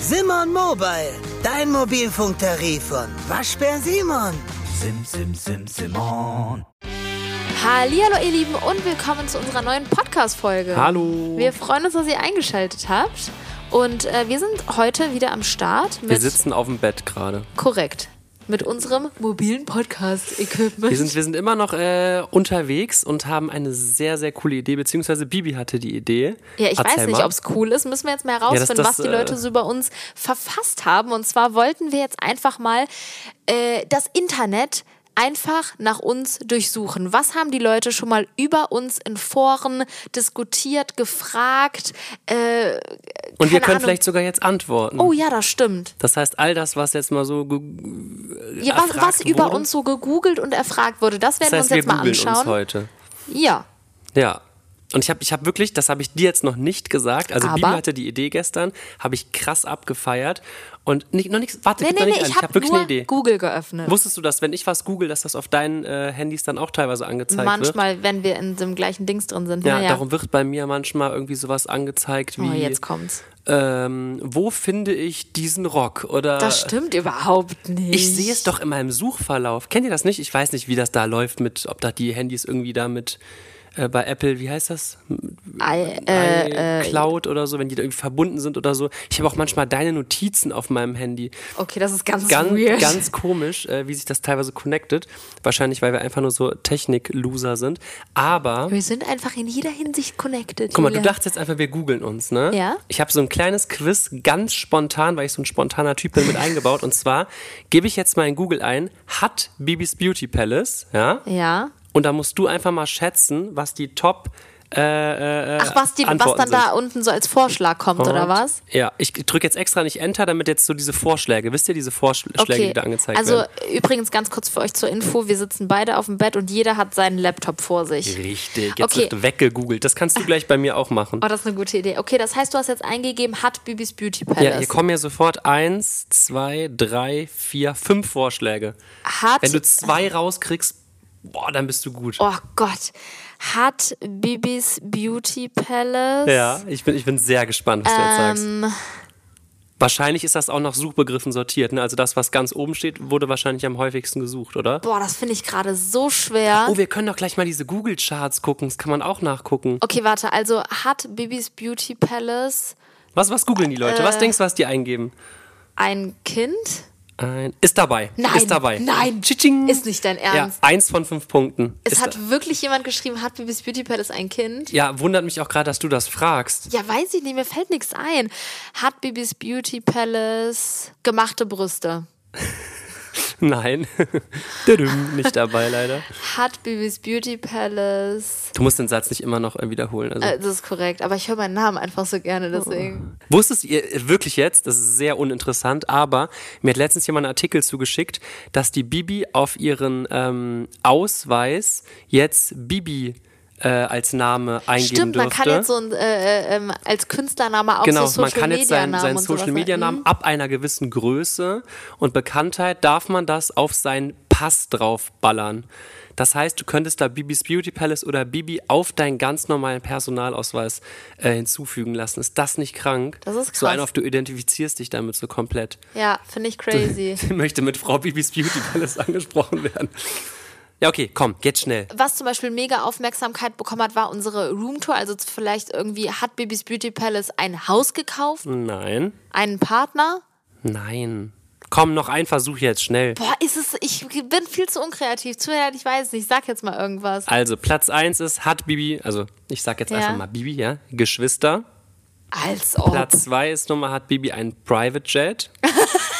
Simon Mobile, dein Mobilfunktarif von Waschbär Simon. Sim, sim, sim, Simon. Hallihallo ihr Lieben und willkommen zu unserer neuen Podcast-Folge. Hallo. Wir freuen uns, dass ihr eingeschaltet habt. Und äh, wir sind heute wieder am Start mit Wir sitzen auf dem Bett gerade. korrekt. Mit unserem mobilen Podcast-Equipment. Wir sind, wir sind immer noch äh, unterwegs und haben eine sehr, sehr coole Idee, beziehungsweise Bibi hatte die Idee. Ja, ich Erzähl weiß nicht, mal. ob es cool ist. Müssen wir jetzt mal herausfinden, das- was die äh, Leute so über uns verfasst haben. Und zwar wollten wir jetzt einfach mal äh, das Internet einfach nach uns durchsuchen. Was haben die Leute schon mal über uns in Foren diskutiert, gefragt? Äh, Und wir keine können Ahnung. vielleicht sogar jetzt antworten. Oh ja, das stimmt. Das heißt, all das, was jetzt mal so. ge- Ja, was, was Erfragt über wurde? uns so gegoogelt und erfragt wurde, das werden Das heißt, wir wir uns jetzt mal googeln uns anschauen. heute. Ja. Ja. Und ich habe ich hab wirklich, das habe ich dir jetzt noch nicht gesagt, also Bibi Aber- hatte die Idee gestern, habe ich krass abgefeiert und nicht, noch nichts, warte, Nee, gib nee, noch nee, nicht an, ich ich habe habe wirklich nur eine Idee. Google geöffnet. Wusstest du, dass wenn ich was google, dass das auf deinen äh, Handys dann auch teilweise angezeigt wird? Manchmal, wenn wir in dem gleichen Dings drin sind. Ja, naja. darum wird bei mir manchmal irgendwie sowas angezeigt wie Oh, jetzt kommt's. Ähm, wo finde ich diesen Rock? Oder Das stimmt überhaupt nicht. Äh, ich sehe es doch in meinem Suchverlauf. Kennt ihr das nicht? Ich weiß nicht, wie das da läuft mit, ob da die Handys irgendwie da mit äh, bei Apple, wie heißt das? Ei, äh, äh, Cloud oder so, wenn die da irgendwie verbunden sind oder so. Ich habe auch manchmal deine Notizen auf meinem Handy. okay, das ist ganz, Ganz, weird. ganz komisch, äh, wie sich das teilweise connectet. Wahrscheinlich, weil wir einfach nur so Technik-Loser sind. Aber wir sind einfach in jeder Hinsicht connected. Guck mal, du Julia. dachtest jetzt einfach, wir googeln uns, ne? Ja. Ich habe so ein kleines Quiz ganz spontan, weil ich so ein spontaner Typ bin, mit eingebaut. Und zwar gebe ich jetzt mal in Google ein, hat Bibis Beauty Palace, ja? Ja. Und da musst du einfach mal schätzen, was die Top. Äh, äh, Ach, was, die, was Antworten dann da unten so als Vorschlag kommt, oder Und- was? Ja, ich drücke jetzt extra nicht Enter, damit jetzt so diese Vorschläge, wisst ihr, diese Vorschläge, Okay. die da angezeigt also werden. übrigens ganz kurz für euch zur Info, wir sitzen beide auf dem Bett und jeder hat seinen Laptop vor sich. Richtig, jetzt Okay. Ah. wird weggegoogelt. Das kannst du gleich bei mir auch machen. Oh, das ist eine gute Idee. Okay, das heißt, du hast jetzt eingegeben, hat Bibis Beauty Ja, hier Palace. kommen ja sofort eins, zwei, drei, vier, fünf Vorschläge. hat, Wenn du zwei rauskriegst, boah, dann bist du gut. oh Gott, hat Bibis Beauty Palace Ja, ich bin, ich bin sehr gespannt, was du Ähm. jetzt sagst. Wahrscheinlich ist das auch nach Suchbegriffen sortiert. Ne? Also das, was ganz oben steht, wurde wahrscheinlich am häufigsten gesucht, oder? Boah, das finde ich gerade so schwer. Oh, wir können doch gleich mal diese Google-Charts gucken. Das kann man auch nachgucken. Okay, warte, also hat Bibis Beauty Palace Was, was googeln die Leute? Äh. Was denkst du, was die eingeben? ein Kind? Ein, ist dabei. Nein, Ist dabei. nein, Tschitsching. ist nicht dein Ernst. Ja, eins von fünf Punkten. Es Ist- hat wirklich jemand geschrieben, hat Bibis Beauty Palace ein Kind? ja, wundert mich auch gerade, dass du das fragst. Ja, weiß ich nicht, mir fällt nichts ein. Hat Bibis Beauty Palace gemachte Brüste? Nein. Dadum, nicht dabei, leider. Hat Bibis Beauty Palace. Du musst den Satz nicht immer noch äh, wiederholen. Also. Äh, das ist korrekt, aber ich höre meinen Namen einfach so gerne, deswegen. Wusstest ihr äh, wirklich jetzt, das ist sehr uninteressant, aber mir hat letztens jemand einen Artikel zugeschickt, dass die Bibi auf ihren ähm, Ausweis jetzt Bibi äh, als Name eingeben Stimmt, man dürfte. kann jetzt so ein, äh, äh, ähm, als Künstlername auch genau, so man Social kann jetzt Media seinen, Namen seinen und sowas halt, mhm. Social Media sein. Namen ab einer gewissen Größe und Bekanntheit darf man das auf seinen Pass draufballern. Das heißt, du könntest da Bibis Beauty Palace oder Bibi auf deinen ganz normalen Personalausweis äh, hinzufügen lassen. Ist das nicht krank? Das ist So krass. ein auf du identifizierst dich damit so komplett. Mhm. Ja, finde ich crazy. Ich möchte mit Frau Bibis Beauty Palace angesprochen werden. Ja, okay, komm, jetzt schnell. Was zum Beispiel mega Aufmerksamkeit bekommen hat, war unsere Roomtour. Also vielleicht irgendwie hat Bibis Beauty Palace ein Haus gekauft, Mhm. Nein. einen Partner. Nein. Komm, noch ein Versuch jetzt, schnell. Boah, ist es, ich bin viel zu unkreativ. Zu ehrlich, ich weiß nicht. Sag jetzt mal irgendwas. Also, Platz 1 ist, hat Bibi, also ich sag jetzt Ja. einfach mal Bibi, ja, Geschwister. Als ob. Platz 2 ist Nummer, hat Bibi ein Private Jet.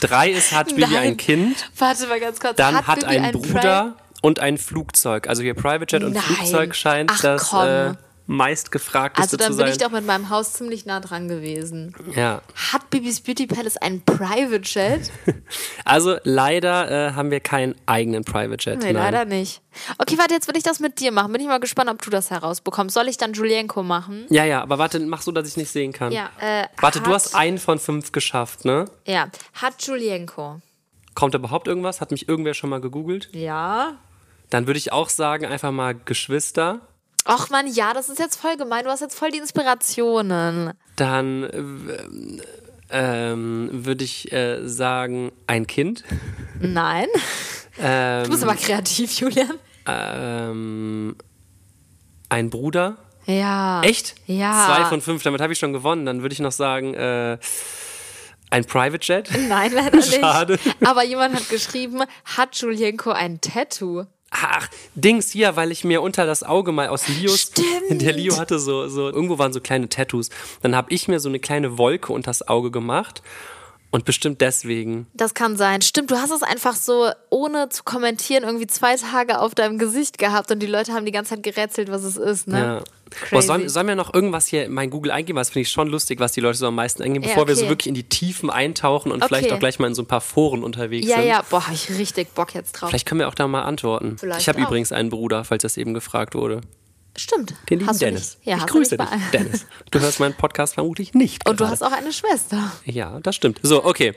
3 ist, hat Bibi Nein. ein Kind. Warte mal ganz kurz. Dann hat, Bibi ein einen Bruder und ein Flugzeug. Also hier Private Jet und Nein. Flugzeug scheint Ach, das komm. äh, Pri- Also meistgefragteste dann zu bin sein. ich doch mit meinem Haus ziemlich nah dran gewesen. ja. Hat Bibis Beauty Palace einen Private Jet? Also leider äh, haben wir keinen eigenen Private Jet. Nee, Nein. leider nicht. Okay, warte, jetzt will ich das mit dir machen. Bin ich mal gespannt, ob du das herausbekommst. Soll ich dann Julienko machen? Ja, ja, aber warte, mach so, dass ich nicht sehen kann. Ja, äh, warte, du hat- hast einen von fünf geschafft, ne? Ja. Hat Julienko. Kommt da überhaupt irgendwas? Hat mich irgendwer schon mal gegoogelt? Ja. Dann würde ich auch sagen, einfach mal Geschwister. Och man, ja, das ist jetzt voll gemein. Du hast jetzt voll die Inspirationen. Dann äh, ähm, würde ich äh, sagen, ein Kind. Nein. Du bist Ähm, aber kreativ, Julian. ähm, ein Bruder. Ja. Echt? Ja. Zwei von fünf, damit habe ich schon gewonnen. Dann würde ich noch sagen, äh, ein Private Jet. Nein, leider nicht. Schade. Aber jemand hat geschrieben, hat Julienko ein Tattoo? Ach, Dings hier, weil ich mir unter das Auge mal aus Lios, Stimmt. der Lio hatte so, so, irgendwo waren so kleine Tattoos. Dann habe ich mir so eine kleine Wolke unter das Auge gemacht und bestimmt deswegen. Das kann sein. Stimmt, du hast es einfach so, ohne zu kommentieren, irgendwie zwei Tage auf deinem Gesicht gehabt und die Leute haben die ganze Zeit gerätselt, was es ist, Ja. ne? Boah, Crazy. sollen, sollen wir noch irgendwas hier in mein Google eingeben? Das finde ich schon lustig, was die Leute so am meisten eingeben, Ja, bevor wir so okay. wirklich in die Tiefen eintauchen und vielleicht Okay. auch gleich mal in so ein paar Foren unterwegs ja, sind. ja, boah, hab ich richtig Bock jetzt drauf. Vielleicht können wir auch da mal antworten. Vielleicht ich habe auch. übrigens einen Bruder, falls das eben gefragt wurde. Stimmt. Den lieben Hast du Dennis. nicht- Ja, ich hast du grüße nicht bei- dich, Dennis. Du hörst meinen Podcast vermutlich nicht. Und du gerade. hast auch eine Schwester. Ja, das stimmt. So, okay.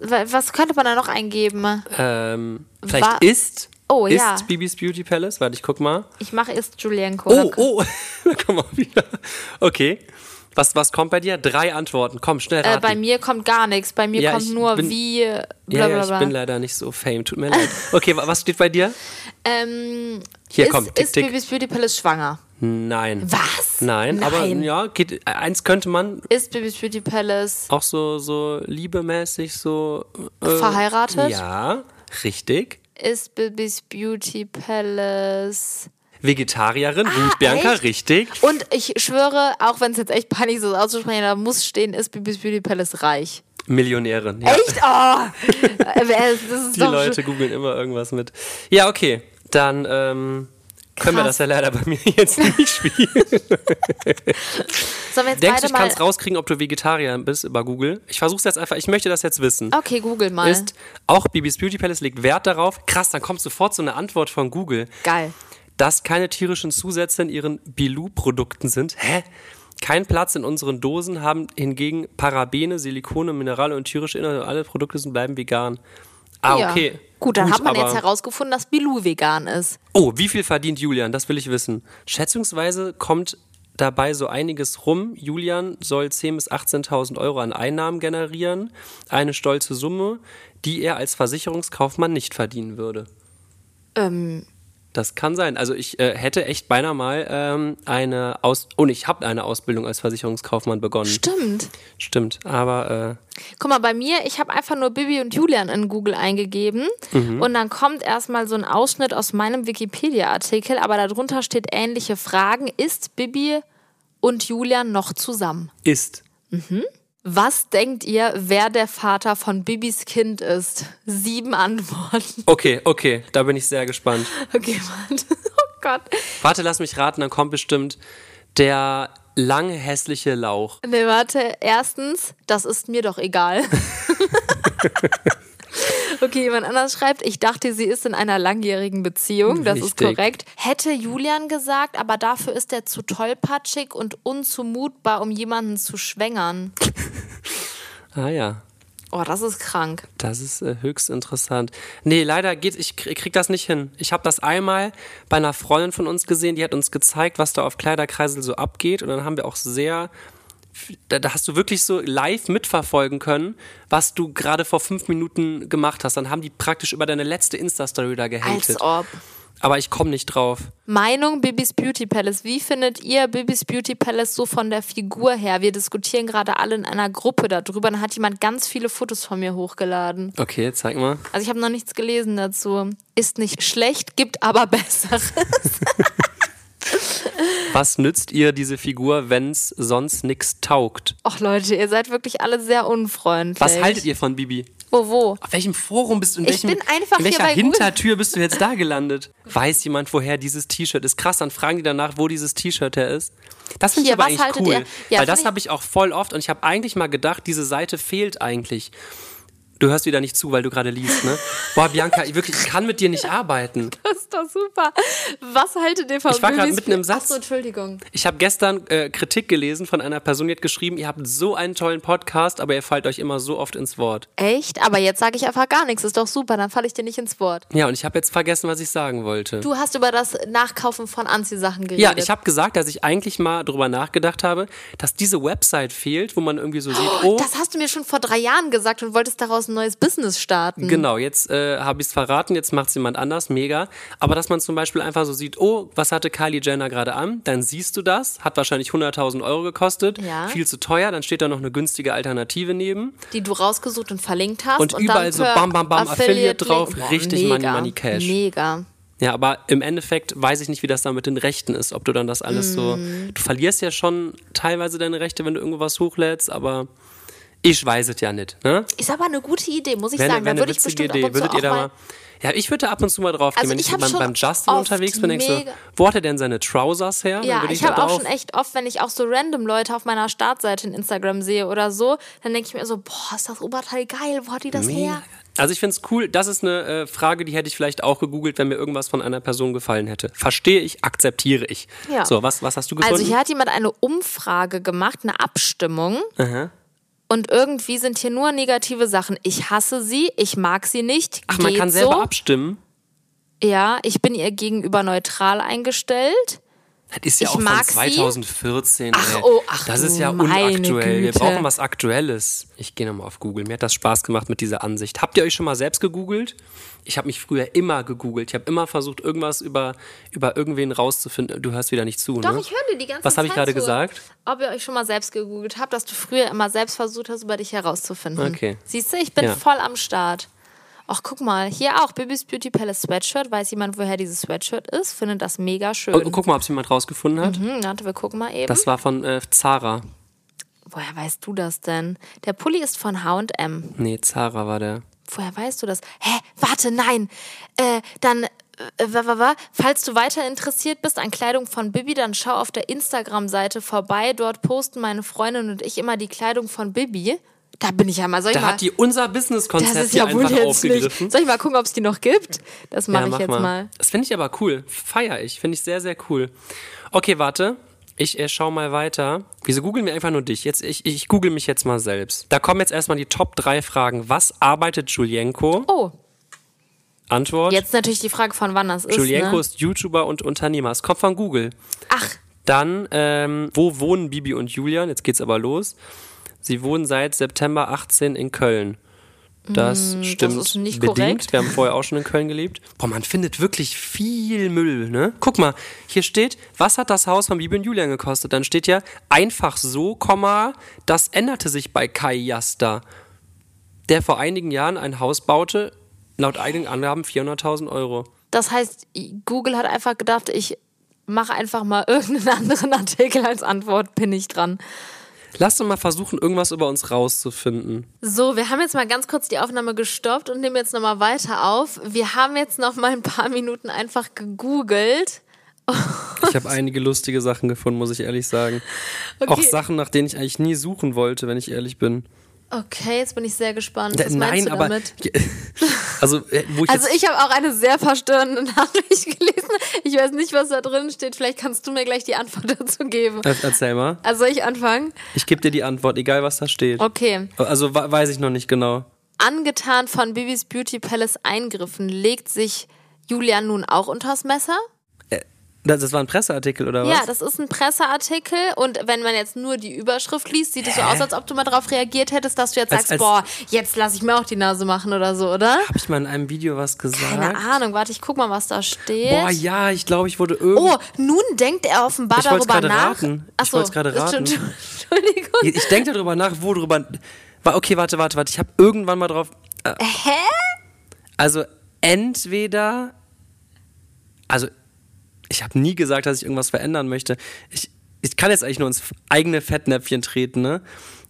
Wa- Was könnte man da noch eingeben? Ähm, vielleicht Wa- ist, Oh, ist ja. Bibis Beauty Palace. Warte, ich guck mal. Ich mache erst Julienko. Oh, oh, da kommen wir wieder. Okay. Was, was kommt bei dir? Drei Antworten. Komm, schnell äh, raten. bei mir kommt gar nichts. Bei mir Ja, kommt ich nur bin- wie äh, ja, bla ja, bla ich bla. bin leider nicht so fame. Tut mir leid. Okay, wa- was steht bei dir? ähm, Hier, ist, komm, tick, ist tick. Babys Beauty Palace schwanger? Nein. Was? Nein, aber Nein. ja, geht, eins könnte man Ist Babys Beauty Palace auch so, so liebemäßig so. äh, verheiratet? Ja, richtig. Ist Babys Beauty Palace. Vegetarierin, Ruth Bianca, Ah, echt? richtig. Und ich schwöre, auch wenn es jetzt echt peinlich ist, das auszusprechen, da muss stehen, ist Babys Beauty Palace reich. Millionärin. Ja. Echt? Oh! Äh, das ist Ah. Die doch Leute googeln immer irgendwas mit. Ja, okay. Dann ähm, können wir Krass. das ja leider bei mir jetzt nicht spielen. Sollen wir jetzt Denkst du, beide ich mal. kann es rauskriegen, ob du Vegetarier bist über Google? Ich versuch's jetzt einfach, ich möchte das jetzt wissen. Okay, google mal. Ist, auch Bibis Beauty Palace legt Wert darauf. Krass, dann kommt sofort so eine Antwort von Google, Geil. dass keine tierischen Zusätze in ihren Bilou-Produkten sind. Hä? Kein Platz in unseren Dosen haben hingegen Parabene, Silikone, Minerale und tierische Inhalte. Alle Produkte sind bleiben vegan. Ah, Ja. okay. Gut, dann hat man aber- jetzt herausgefunden, dass Bilou vegan ist. Oh, wie viel verdient Julian? Das will ich wissen. Schätzungsweise kommt dabei so einiges rum. Julian soll 10.000 bis 18.000 Euro an Einnahmen generieren. Eine stolze Summe, die er als Versicherungskaufmann nicht verdienen würde. Ähm, Das kann sein. Also ich äh, hätte echt beinahe mal ähm, eine Aus... Und ich habe eine Ausbildung als Versicherungskaufmann begonnen. stimmt. Stimmt, aber... Äh, Guck mal, bei mir, ich habe einfach nur Bibi und Julian in Google eingegeben und dann kommt erstmal so ein Ausschnitt aus meinem Wikipedia-Artikel, aber darunter steht ähnliche Fragen. Ist Bibi und Julian noch zusammen? äh, ist. Was denkt ihr, wer der Vater von Bibis Kind ist? Sieben Antworten. Okay, okay, da bin ich sehr gespannt. Okay, Mann. Oh Gott. Warte, lass mich raten, dann kommt bestimmt der lange hässliche Lauch. Nee, warte. Erstens, das ist mir doch egal. Okay, jemand anders schreibt, ich dachte, sie ist in einer langjährigen Beziehung. Das ist Richtig. korrekt. Hätte Julian gesagt, aber dafür ist er zu tollpatschig und unzumutbar, um jemanden zu schwängern. Ah ja. Oh, das ist krank. Das ist äh, höchst interessant. Nee, leider geht, ich krie- krieg das nicht hin. Ich habe das einmal bei einer Freundin von uns gesehen, die hat uns gezeigt, was da auf Kleiderkreisel so abgeht. Und dann haben wir auch sehr, da, da hast du wirklich so live mitverfolgen können, was du gerade vor fünf Minuten gemacht hast. Dann haben die praktisch über deine letzte Insta-Story da Als gehatet. ob. Aber ich komme nicht drauf. Meinung Bibis Beauty Palace. Wie findet ihr Bibis Beauty Palace so von der Figur her? Wir diskutieren gerade alle in einer Gruppe darüber. Dann hat jemand ganz viele Fotos von mir hochgeladen. Okay, zeig mal. Also ich habe noch nichts gelesen dazu. Ist nicht schlecht, gibt aber besseres. Was nützt ihr diese Figur, wenn's sonst nix taugt? Och Leute, ihr seid wirklich alle sehr unfreundlich. Was haltet ihr von Bibi? Wo, wo? Auf welchem Forum bist du? In Ich welchem, bin einfach hier in welcher bei Google. Hintertür bist du jetzt da gelandet? Weiß jemand, woher dieses T-Shirt ist? Krass, dann fragen die danach, wo dieses T-Shirt her ist. Das finde ich Hier, aber was eigentlich haltet cool, ihr? Ja, weil find das ich- habe ich auch voll oft und ich habe eigentlich mal gedacht, diese Seite fehlt eigentlich. Du hörst wieder nicht zu, weil du gerade liest, ne? Boah, Bianca, ich wirklich, ich kann mit dir nicht arbeiten. Das ist doch super. Was haltet ihr von Ich war grad Bibis- mitten im Satz. Ach so, Entschuldigung. Ich habe gestern äh, Kritik gelesen von einer Person, die hat geschrieben, ihr habt so einen tollen Podcast, aber ihr fallt euch immer so oft ins Wort. Echt? Aber jetzt sage ich einfach gar nichts. Ist doch super, dann falle ich dir nicht ins Wort. Ja, und ich habe jetzt vergessen, was ich sagen wollte. Du hast über das Nachkaufen von Anziehsachen geredet. ja, ich habe gesagt, dass ich eigentlich mal drüber nachgedacht habe, dass diese Website fehlt, wo man irgendwie so sieht, oh, Das hast du mir schon vor drei Jahren gesagt und wolltest daraus ein neues Business starten. Genau, jetzt äh, habe ich es verraten, jetzt macht es jemand anders, mega. Aber dass man zum Beispiel einfach so sieht, oh, was hatte Kylie Jenner gerade an? Dann siehst du das, hat wahrscheinlich 100.000 Euro gekostet, Ja. viel zu teuer, dann steht da noch eine günstige Alternative neben. Die du rausgesucht und verlinkt hast. Und dann überall so per bam, bam, bam, Affiliate drauf, Link. Boah, richtig mega, Money, Money, Cash. Mega. Ja, aber im Endeffekt weiß ich nicht, wie das da mit den Rechten ist, ob du dann das alles so, Hm. du verlierst ja schon teilweise deine Rechte, wenn du irgendwo was hochlädst, aber ich weiß es ja nicht, ne? Ist aber eine gute Idee, muss ich Wäre sagen. eine, wär Da eine würde ich witzige bestimmt ab Idee. und zu Würdet auch ihr da mal mal. Ja, ich würde da ab und zu mal drauf gehen. Also wenn ich ich hab beim, schon beim Justin oft unterwegs bin, denkst du, mega- wo hat er denn seine Trousers her? Dann Ja, würde ich da habe auch drauf- schon echt oft, wenn ich auch so random Leute auf meiner Startseite in Instagram sehe oder so, dann denke ich mir so, boah, ist das Oberteil geil, wo hat die das her? Also ich finde es cool, das ist eine äh, Frage, die hätte ich vielleicht auch gegoogelt, wenn mir irgendwas von einer Person gefallen hätte. Verstehe ich, akzeptiere ich. Ja. So, was, was hast du gefunden? Also hier hat jemand eine Umfrage gemacht, eine Abstimmung. Und irgendwie sind hier nur negative Sachen. Ich hasse sie, ich mag sie nicht. Ach, man geht kann selber so. abstimmen. Ja, ich bin ihr gegenüber neutral eingestellt. Das ist ja Ich auch von mag sie. 2014. Ach, ey. oh, ach das du ist ja meine unaktuell. Wir Güte. brauchen was Aktuelles. Ich gehe nochmal auf Google. Mir hat das Spaß gemacht mit dieser Ansicht. Habt ihr euch schon mal selbst gegoogelt? Ich habe mich früher immer gegoogelt. Ich habe immer versucht, irgendwas über, über irgendwen rauszufinden. Du hörst wieder nicht zu, Doch, ne? ich höre dir die ganze Was Zeit habe ich gerade zu. gesagt? Ob ihr euch schon mal selbst gegoogelt habt, dass du früher immer selbst versucht hast, über dich herauszufinden. Okay. Siehst du, ich bin Ja. voll am Start. Ach, guck mal, hier auch, Bibis Beauty Palace Sweatshirt. Weiß jemand, woher dieses Sweatshirt ist? Findet das mega schön. Und, und guck mal, ob es jemand rausgefunden hat. Hm, warte, wir gucken mal eben. Oh, Das war von äh, Zara. Woher weißt du das denn? Der Pulli ist von H&M. Nee, Zara war der. Woher weißt du das? Hä, warte, nein. Äh, dann, äh, wa- wa- wa- falls du weiter interessiert bist an Kleidung von Bibi, dann schau auf der Instagram-Seite vorbei. Dort posten meine Freundin und ich immer die Kleidung von Bibi. Da bin ich ja mal. Soll ich Da mal hat die unser das Business-Konzept ist hier ja wohl einfach jetzt aufgegriffen. nicht. Soll ich mal gucken, ob es die noch gibt? Das mache Ja, ich mach jetzt mal. Das finde ich aber cool. Feier ich. Finde ich sehr, sehr cool. Okay, warte. Ich äh, schau mal weiter. Wieso googeln wir einfach nur dich? Jetzt, ich, ich google mich jetzt mal selbst. Da kommen jetzt erstmal die Top 3 Fragen. Was arbeitet Julienko? Oh, Antwort. jetzt natürlich die Frage von wann das ist. Julienko ne? ist YouTuber und Unternehmer. Es kommt von Google. Ach, Dann, ähm, wo wohnen Bibi und Julian? Jetzt geht's aber los. Sie wohnen seit September 18 in Köln. Das stimmt Mm, ist nicht bedingt. korrekt. Wir haben vorher auch schon in Köln gelebt. Boah, man findet wirklich viel Müll, ne? Guck mal, hier steht, was hat das Haus von Bibi und Julian gekostet? Dann steht ja einfach so, Komma, das änderte sich bei Kai Jasta, der vor einigen Jahren ein Haus baute, laut eigenen Angaben 400.000 Euro. das heißt, Google hat einfach gedacht, ich mache einfach mal irgendeinen anderen Artikel als Antwort, bin ich dran. Lass uns mal versuchen, irgendwas über uns rauszufinden. So, wir haben jetzt mal ganz kurz die Aufnahme gestoppt und nehmen jetzt nochmal weiter auf. Wir haben jetzt noch mal ein paar Minuten einfach gegoogelt. Ich habe einige lustige Sachen gefunden, muss ich ehrlich sagen. Okay. Auch Sachen, nach denen ich eigentlich nie suchen wollte, wenn ich ehrlich bin. Okay, jetzt bin ich sehr gespannt. Was meinst du damit? Also, äh, wo ich Also jetzt, ich habe auch eine sehr verstörende Nachricht gelesen. Ich weiß nicht, was da drin steht. Vielleicht kannst du mir gleich die Antwort dazu geben. Er- Erzähl mal. Also soll ich anfangen? Ich gebe dir die Antwort, egal was da steht. Okay. Also wa- weiß ich noch nicht genau. Angetan von Bibis Beauty Palace Eingriffen legt sich Julian nun auch unters Messer? Äh, Das, das war ein Presseartikel, oder was? Ja, das ist ein Presseartikel und wenn man jetzt nur die Überschrift liest, sieht es so aus, als ob du mal darauf reagiert hättest, dass du jetzt Als- sagst, als- boah, jetzt lasse ich mir auch die Nase machen oder so, oder? Habe ich mal in einem Video was gesagt? Keine Ahnung, warte, ich guck mal, was da steht. Boah, ja, ich glaube, ich wurde irgendwie... Oh, nun denkt er offenbar Ich wollt's darüber gerade nach. raten. Ich Ach so, wollt's gerade ist schon- raten. Entschuldigung. Ich, ich denke darüber nach, wo drüber... Wa- Okay, warte, warte, warte. Ich habe irgendwann mal drauf... äh, Äh, Hä? Also entweder, also ich habe nie gesagt, dass ich irgendwas verändern möchte. Ich, ich kann jetzt eigentlich nur ins eigene Fettnäpfchen treten. Ne?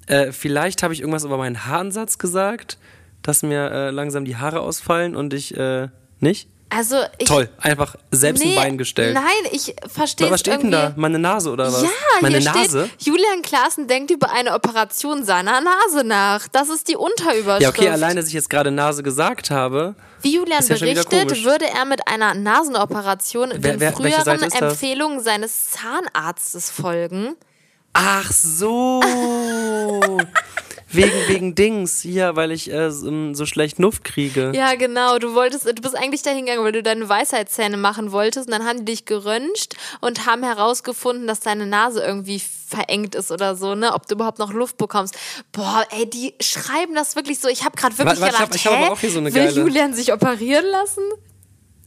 Äh, vielleicht habe ich irgendwas über meinen Haaransatz gesagt, dass mir äh, langsam die Haare ausfallen und ich äh, nicht. Also ich, Toll, einfach selbst ein Bein gestellt. Nein, ich verstehe was steht denn da? Meine Nase oder was? Ja, Meine hier Nase? steht, Julian Klaassen denkt über eine Operation seiner Nase nach. Das ist die Unterüberschrift. Ja, okay, allein, dass ich jetzt gerade Nase gesagt habe. Wie Julian Ist ja schon wieder berichtet, komisch. würde er mit einer Nasenoperation den wer- welche Seite früheren ist das? Hm. Empfehlungen seines Zahnarztes folgen. Ach so. wegen, wegen Dings. Hier, weil ich äh, so so schlecht Nuff kriege. Ja, genau. Du wolltest, du bist eigentlich dahin gegangen, weil du deine Weisheitszähne machen wolltest und dann haben die dich geröntgt und haben herausgefunden, dass deine Nase irgendwie verengt ist oder so, ne? Ob du überhaupt noch Luft bekommst. Boah, ey, die schreiben das wirklich so. Ich habe gerade wirklich Warte, warte, gedacht, ich hab- ich hab aber hä? auch hier so eine will geile. Julian sich operieren lassen?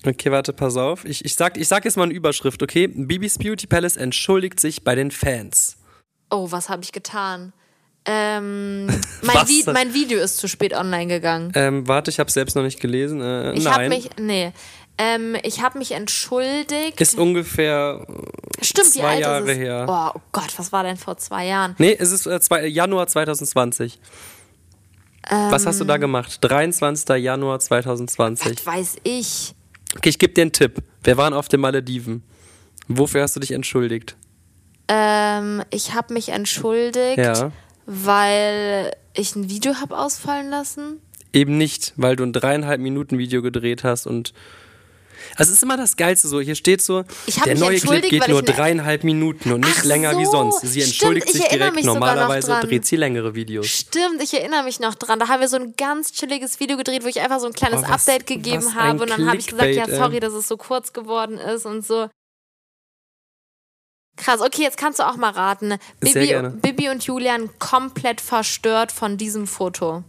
Okay, warte, pass auf. Ich, ich, sag, ich sag jetzt mal eine Überschrift, okay? Bibis Beauty Palace entschuldigt sich bei den Fans. Oh, was habe ich getan? Ähm, mein, Was Vi denn? mein Video ist zu spät online gegangen. Ähm, warte, ich habe selbst noch nicht gelesen. Äh, Ich habe nein. mich, nee, ähm, ich habe mich entschuldigt. ist ungefähr. Stimmt, wie zwei alt Jahre ist es? her. Oh, oh Gott, was war denn vor zwei Jahren? Nee, es ist äh, zwei, Januar 2020. Was hast du Ähm. da gemacht? 23. Januar 2020. Was weiß ich? Okay, ich gebe dir einen Tipp. Wir waren auf den Malediven. Wofür hast du dich entschuldigt? Ähm, ich habe mich entschuldigt, Ja. weil ich ein Video habe ausfallen lassen. Eben nicht, weil du ein dreieinhalb Minuten Video gedreht hast und. Also es ist immer das Geilste so. Hier steht so, Ich hab der mich neue Clip entschuldigt, geht weil nur ich ne- dreieinhalb Minuten und nicht Ach länger wie so, sonst. Sie stimmt, entschuldigt ich sich erinnere direkt. mich sogar noch Normalerweise dran. dreht sie längere Videos. Stimmt, ich erinnere mich noch dran. Da haben wir so ein ganz chilliges Video gedreht, wo ich einfach so ein kleines Oh, was- Update gegeben was ein habe. Und dann habe ich gesagt, ja, Clickbait, sorry, ey. dass es so kurz geworden ist und so. Krass, okay, jetzt kannst du auch mal raten. Sehr Bibi, gerne. Bibi und Julian komplett verstört von diesem Foto.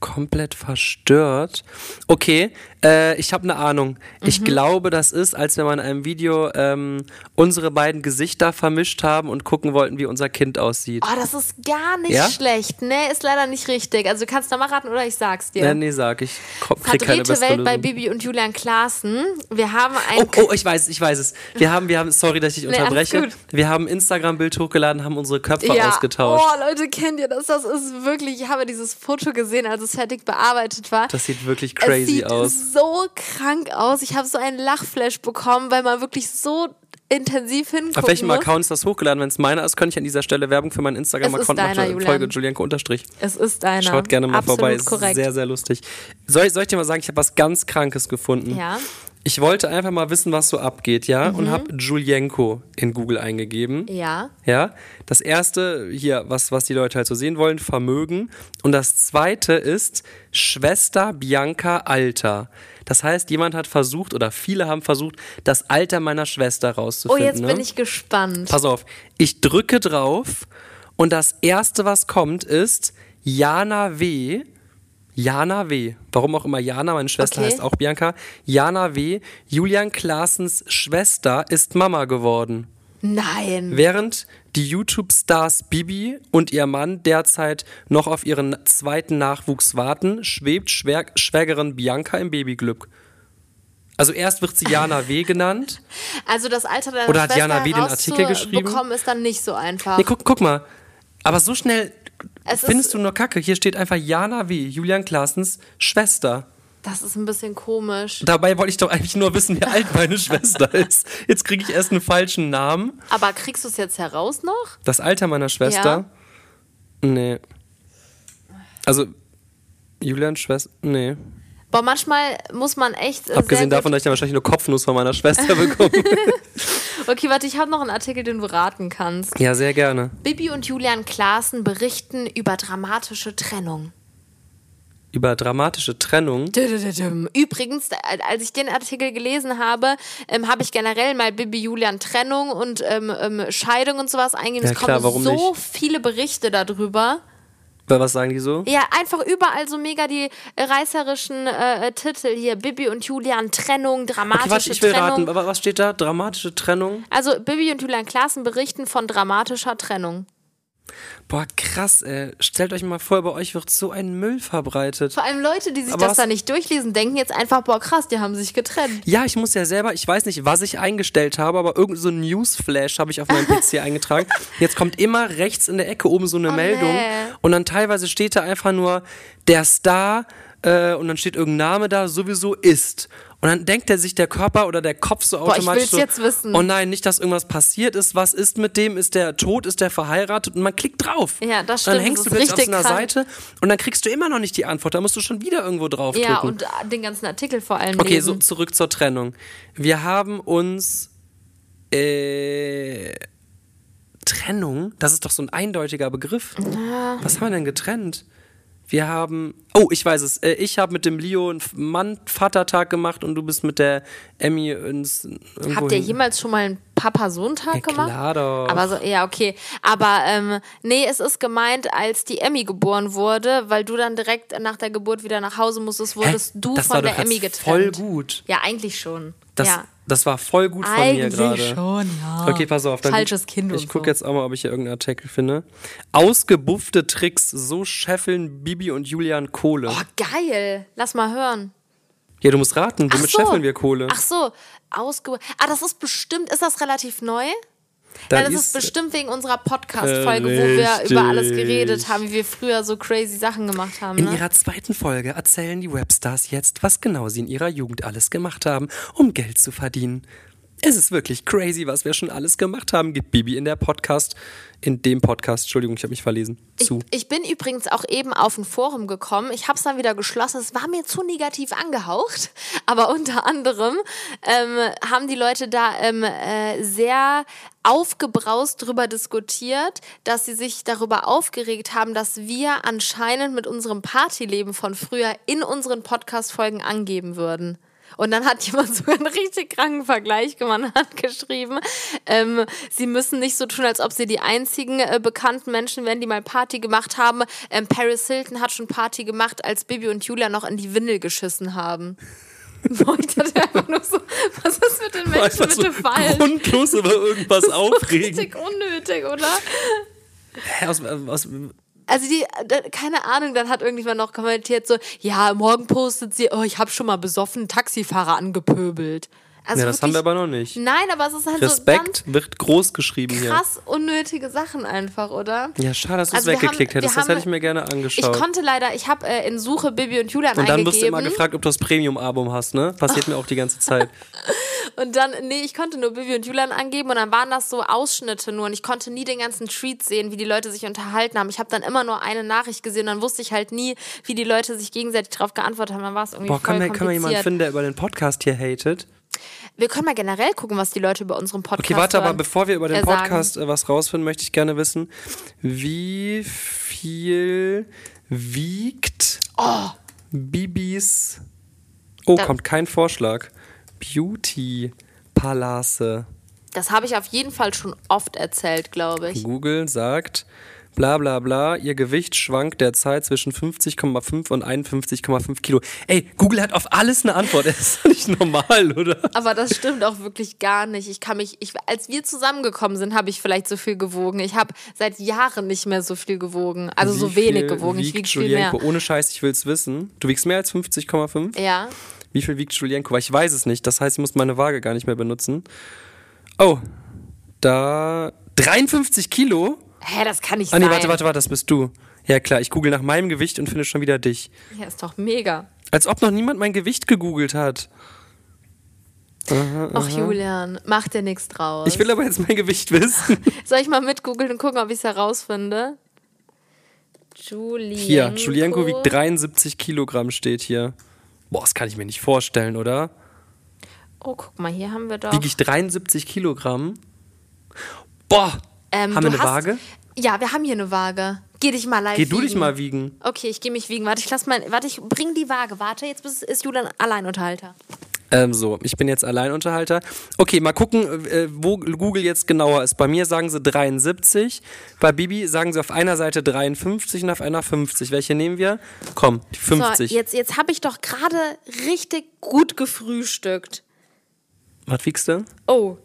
Komplett verstört. Okay, äh, ich habe eine Ahnung. Mhm. Ich glaube, das ist, als wir mal in einem Video ähm, unsere beiden Gesichter vermischt haben und gucken wollten, wie unser Kind aussieht. Oh, das ist gar nicht Ja? schlecht. Nee, ist leider nicht richtig. Also du kannst da mal raten oder ich sag's dir. Äh, nee, sag ich. ko- Krieg keine Verdrehte bessere Welt bei Lösung. Bibi und Julian Klaassen. Wir haben ein. Oh, oh, ich weiß, ich weiß es. Wir haben, wir haben, sorry, dass ich dich Nee, alles unterbreche. gut. wir haben ein Instagram-Bild hochgeladen, haben unsere Köpfe ausgetauscht. Oh, Leute, kennt ihr das? Das ist wirklich, ich habe dieses Foto gesehen, als es fertig bearbeitet war. Das sieht wirklich es crazy sieht aus. so krank aus. Ich habe so einen Lachflash bekommen, weil man wirklich so intensiv hinguckt. Auf welchem muss. Account ist das hochgeladen? Wenn es meiner ist, könnte ich an dieser Stelle Werbung für meinen Instagram-Account Es ist deiner, machen. Julian. Folge Julienko unterstrich. Es ist einer. Schaut gerne mal Absolut vorbei. Ist korrekt. Sehr, sehr lustig. Soll, ich- soll ich dir mal sagen, ich habe was ganz Krankes gefunden. Ja. Mhm. Ich wollte einfach mal wissen, was so abgeht, ja, und habe Julienko in Google eingegeben. ja. Ja, das erste hier, was, was die Leute halt so sehen wollen, Vermögen. Und das zweite ist Schwester Bianca Alter. Das heißt, jemand hat versucht oder viele haben versucht, das Alter meiner Schwester Oh, rauszufinden. jetzt ne? bin ich gespannt. Pass auf, ich drücke drauf und das erste, was kommt, ist Jana W. Jana W. Warum auch immer Jana, meine Schwester Okay. heißt auch Bianca. Jana W. Julian Klaassens Schwester ist Mama geworden. Nein. Während die YouTube-Stars Bibi und ihr Mann derzeit noch auf ihren zweiten Nachwuchs warten, schwebt Schwer Schwägerin Bianca im Babyglück. Also erst wird sie Jana W. genannt. Also das Alter deiner Oder hat Schwester Jana W. den Artikel geschrieben? bekommen ist dann nicht so einfach. Nee, guck, guck mal. Aber so schnell Es ist- findest du nur Kacke. Hier steht einfach Jana W., Julian Klaassens Schwester. Das ist ein bisschen komisch. Dabei wollte ich doch eigentlich nur wissen, wie alt meine Schwester ist. Jetzt kriege ich erst einen falschen Namen. Aber kriegst du es jetzt heraus noch? Das Alter meiner Schwester? Nee. Also, Julian Schwester? Nee. Boah, manchmal muss man echt. äh, Abgesehen sehr davon, dass ich dann wahrscheinlich nur Kopfnuss von meiner Schwester bekomme. gut- Okay, warte, ich habe noch einen Artikel, den du raten kannst. ja, sehr gerne. Bibi und Julian Klaassen berichten über dramatische Trennung. Über dramatische Trennung. Düdüdüdüm. Übrigens, da- als ich den Artikel gelesen habe, ähm, habe ich generell mal Bibi Julian Trennung und ähm, ähm, Scheidung und sowas eingegeben. Ja, es klar, kommen warum so viele Berichte darüber. Was sagen die so? Ja, einfach überall so mega die äh, reißerischen äh, äh, Titel hier. Bibi und Julian Trennung, dramatische Okay, warte, ich will Trennung. raten. Aber was steht da? Dramatische Trennung? Also Bibi und Julian Klaassen berichten von dramatischer Trennung. Boah, krass, ey. Stellt euch mal vor, bei euch wird so ein Müll verbreitet. Vor allem Leute, die sich Aber das was- da nicht durchlesen, denken jetzt einfach, boah krass, die haben sich getrennt. Ja, ich muss ja selber, ich weiß nicht, was ich eingestellt habe, aber irgend so ein Newsflash habe ich auf meinem PC eingetragen. Jetzt kommt immer rechts in der Ecke oben so eine Meldung Oh, nee. und dann teilweise steht da einfach nur der Star äh, und dann steht irgendein Name da, sowieso ist. Und dann denkt er sich der Körper oder der Kopf so ich automatisch will's so, jetzt wissen. oh nein, nicht, dass irgendwas passiert ist. Was ist mit dem? Ist der tot? Ist der verheiratet? Und man klickt drauf. Ja, das Dann stimmt, hängst das du ist plötzlich auf so richtig einer krank. Seite und dann kriegst du immer noch nicht die Antwort. Da musst du schon wieder irgendwo drauf Ja, drücken. und äh, den ganzen Artikel vor allem. Okay, lesen. so zurück zur Trennung. Wir haben uns äh, Trennung, das ist doch so ein eindeutiger Begriff. Was haben wir denn getrennt? Wir haben, oh, ich weiß es. Äh, Ich habe mit dem Leo einen Mann Vatertag gemacht und du bist mit der Emmy ins irgendwo Habt ihr hin- jemals schon mal einen Papa-Sohn-Tag Ja, gemacht? klar doch. Aber so, ja, okay. Aber ähm, nee, es ist gemeint, als die Emmy geboren wurde, weil du dann direkt nach der Geburt wieder nach Hause musstest, wurdest du Das war von doch der jetzt Emmy getrennt. voll gut. Ja, eigentlich schon. Das, ja. das war voll gut von Eigentlich mir gerade. schon, ja. Okay, pass auf. Dann Falsches Kind Ich und gucke so. jetzt auch mal, ob ich hier irgendeinen Artikel finde. Ausgebuffte Tricks, so scheffeln Bibi und Julian Kohle. Oh, geil. Lass mal hören. Ja, du musst raten, Ach womit so. scheffeln wir Kohle? Ach so, ausge... Ah, das ist bestimmt, ist das relativ neu? Da Nein, das ist, ist- bestimmt wegen unserer Äh, Podcast-Folge, wo wir über alles richtig. geredet haben, wie wir früher so crazy Sachen gemacht haben. In Ne? ihrer zweiten Folge erzählen die Webstars jetzt, was genau sie in ihrer Jugend alles gemacht haben, um Geld zu verdienen. Es ist wirklich crazy, was wir schon alles gemacht haben, gibt Bibi in der Podcast, in dem Podcast, Entschuldigung, ich habe mich verlesen, Ich, zu. ich bin übrigens auch eben auf ein Forum gekommen. Ich habe es dann wieder geschlossen. Es war mir zu negativ angehaucht. Aber unter anderem ähm, haben die Leute da ähm, äh, sehr aufgebraust drüber diskutiert, dass sie sich darüber aufgeregt haben, dass wir anscheinend mit unserem Partyleben von früher in unseren Podcast-Folgen angeben würden. Und dann hat jemand sogar einen richtig kranken Vergleich gemacht und hat geschrieben, ähm, sie müssen nicht so tun, als ob sie die einzigen äh, bekannten Menschen wären, die mal Party gemacht haben. Ähm, Paris Hilton hat schon Party gemacht, als Bibi und Julia noch in die Windel geschissen haben. Wo ich dachte einfach nur so, was ist mit den Menschen Einfach so bitte falsch? grundlos über irgendwas aufregen. Richtig unnötig, oder? Hä, aus, äh, aus, Also die, da, keine Ahnung, dann hat irgendjemand noch kommentiert so, ja, morgen postet sie, oh, ich habe schon mal besoffen einen Taxifahrer angepöbelt. Also ja, das haben wirklich- wir aber noch nicht. Nein, aber es ist halt Respekt wird groß geschrieben so hier. ganz krass unnötige Sachen einfach, oder? Ja, schade, dass du Also es wir weggeklickt haben- wir hättest. Das haben- hätte ich mir gerne Ich angeschaut. konnte leider, ich habe äh, in Suche Bibi und Julian und dann wirst du immer eingegeben gefragt, ob du das Premium-Album hast, ne? Passiert mir auch die ganze Zeit. und dann, nee, ich konnte nur Bibi und Julian angeben und dann waren das so Ausschnitte nur und ich konnte nie den ganzen Tweet sehen, wie die Leute sich unterhalten haben. Ich habe dann immer nur eine Nachricht gesehen, dann wusste ich halt nie, wie die Leute sich gegenseitig darauf geantwortet haben. Dann war es irgendwie Boah, voll kann man, kann man jemanden kompliziert. finden, der über den Podcast hier hatet? Wir können mal generell gucken, was die Leute über unseren Podcast Okay, warte, hören. aber bevor wir über den Äh, sagen. Podcast äh, was rausfinden, möchte ich gerne wissen, wie viel wiegt Bibis. Oh, Oh. Da- kommt kein Vorschlag. Beauty Palace. Das habe ich auf jeden Fall schon oft erzählt, glaube ich. Google sagt, bla bla bla, ihr Gewicht schwankt derzeit zwischen 50,5 und 51,5 Kilo. Ey, Google hat auf alles eine Antwort. Das ist doch nicht normal, oder? Aber das stimmt auch wirklich gar nicht. Ich kann mich, ich, als wir zusammengekommen sind, habe ich vielleicht so viel gewogen. Ich habe seit Jahren nicht mehr so viel gewogen. Also so Wie wenig viel gewogen. Ich wiegt wiege viel mehr. Julienko? Ohne Scheiß, ich will es wissen. Du wiegst mehr als 50,5? Ja. Wie viel wiegt Julienko? Weil ich weiß es nicht. Das heißt, ich muss meine Waage gar nicht mehr benutzen. Oh, da 53 Kilo? Hä, das kann nicht Ah nee, sein. warte, warte, warte, das bist du. Ja klar, ich google nach meinem Gewicht und finde schon wieder dich. Ja, ist doch mega. Als ob noch niemand mein Gewicht gegoogelt hat. Ach, Julian, mach dir nichts draus. Ich will aber jetzt mein Gewicht wissen. Soll ich mal mitgoogeln und gucken, ob ich es herausfinde? Julienko. Hier, Julienko wiegt 73 Kilogramm, steht hier. Boah, das kann ich mir nicht vorstellen, oder? Oh, guck mal, hier haben wir doch. Wiege ich 73 Kilogramm? Boah! Ähm, haben wir du eine hast- Waage? Ja, wir haben hier eine Waage. Geh dich mal live Geh du dich wiegen. mal wiegen. Okay, ich gehe mich wiegen. Warte, ich lass mal. Warte, ich bring die Waage. Warte, jetzt bist- ist Julian Alleinunterhalter. Ähm, so, ich bin jetzt Alleinunterhalter. Okay, mal gucken, äh, wo Google jetzt genauer ist. Bei mir sagen sie 73, bei Bibi sagen sie auf einer Seite 53 und auf einer 50. Welche nehmen wir? Komm, die 50. So, jetzt jetzt habe ich doch gerade richtig gut gefrühstückt. Was wiegst du? Oh,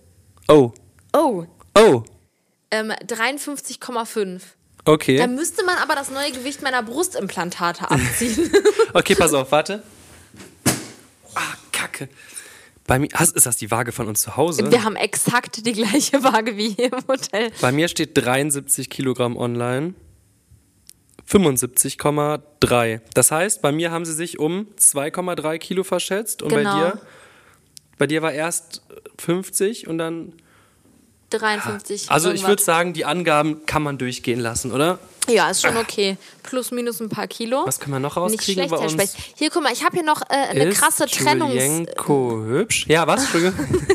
Oh, oh. oh, Ähm, 53,5. okay. Da müsste man aber das neue Gewicht meiner Brustimplantate abziehen. Okay, pass auf, warte. Ah, Kacke. Bei mir, hast- ist das die Waage von uns zu Hause? wir haben exakt die gleiche Waage wie hier im Hotel. Bei mir steht 73 Kilogramm online. 75,3. Das heißt, bei mir haben sie sich um 2,3 Kilo verschätzt und Genau. bei dir Bei dir war erst 50 und dann. 53. Also ich würde irgendwas. sagen, die Angaben kann man durchgehen lassen, oder? Ja, ist schon okay. Plus, minus ein paar Kilo. Was können wir noch Nicht rauskriegen schlecht, bei Herr uns? Specht. Hier, guck mal, ich habe hier noch äh, eine Ist krasse Trennungs... Julienko hübsch? Ja, was? Entschuldigung.